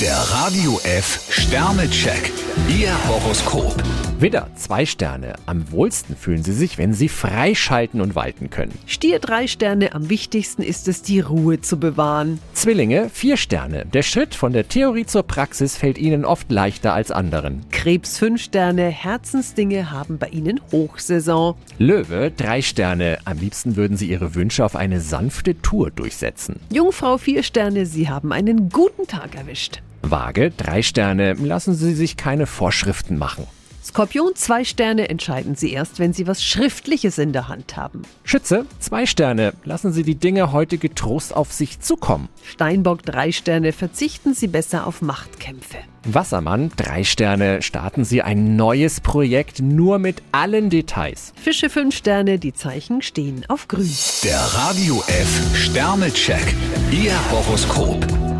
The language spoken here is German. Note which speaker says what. Speaker 1: Der Radio F Sternecheck. Ihr Horoskop.
Speaker 2: Widder, zwei Sterne. Am wohlsten fühlen Sie sich, wenn Sie freischalten und walten können.
Speaker 3: Stier drei Sterne, am wichtigsten ist es, die Ruhe zu bewahren.
Speaker 2: Zwillinge, vier Sterne. Der Schritt von der Theorie zur Praxis fällt Ihnen oft leichter als anderen.
Speaker 3: Krebs fünf Sterne, Herzensdinge haben bei Ihnen Hochsaison.
Speaker 2: Löwe, drei Sterne. Am liebsten würden Sie Ihre Wünsche auf eine sanfte Tour durchsetzen.
Speaker 3: Jungfrau vier Sterne, Sie haben einen guten Tag erwischt.
Speaker 2: Waage, drei Sterne. Lassen Sie sich keine Vorschriften machen.
Speaker 3: Skorpion zwei Sterne, entscheiden Sie erst, wenn Sie was Schriftliches in der Hand haben.
Speaker 2: Schütze, zwei Sterne. Lassen Sie die Dinge heute getrost auf sich zukommen.
Speaker 3: Steinbock drei Sterne, verzichten Sie besser auf Machtkämpfe.
Speaker 2: Wassermann, drei Sterne. Starten Sie ein neues Projekt nur mit allen Details.
Speaker 3: Fische fünf Sterne, die Zeichen stehen auf grün.
Speaker 1: Der Radio F Sternecheck. Ihr Horoskop.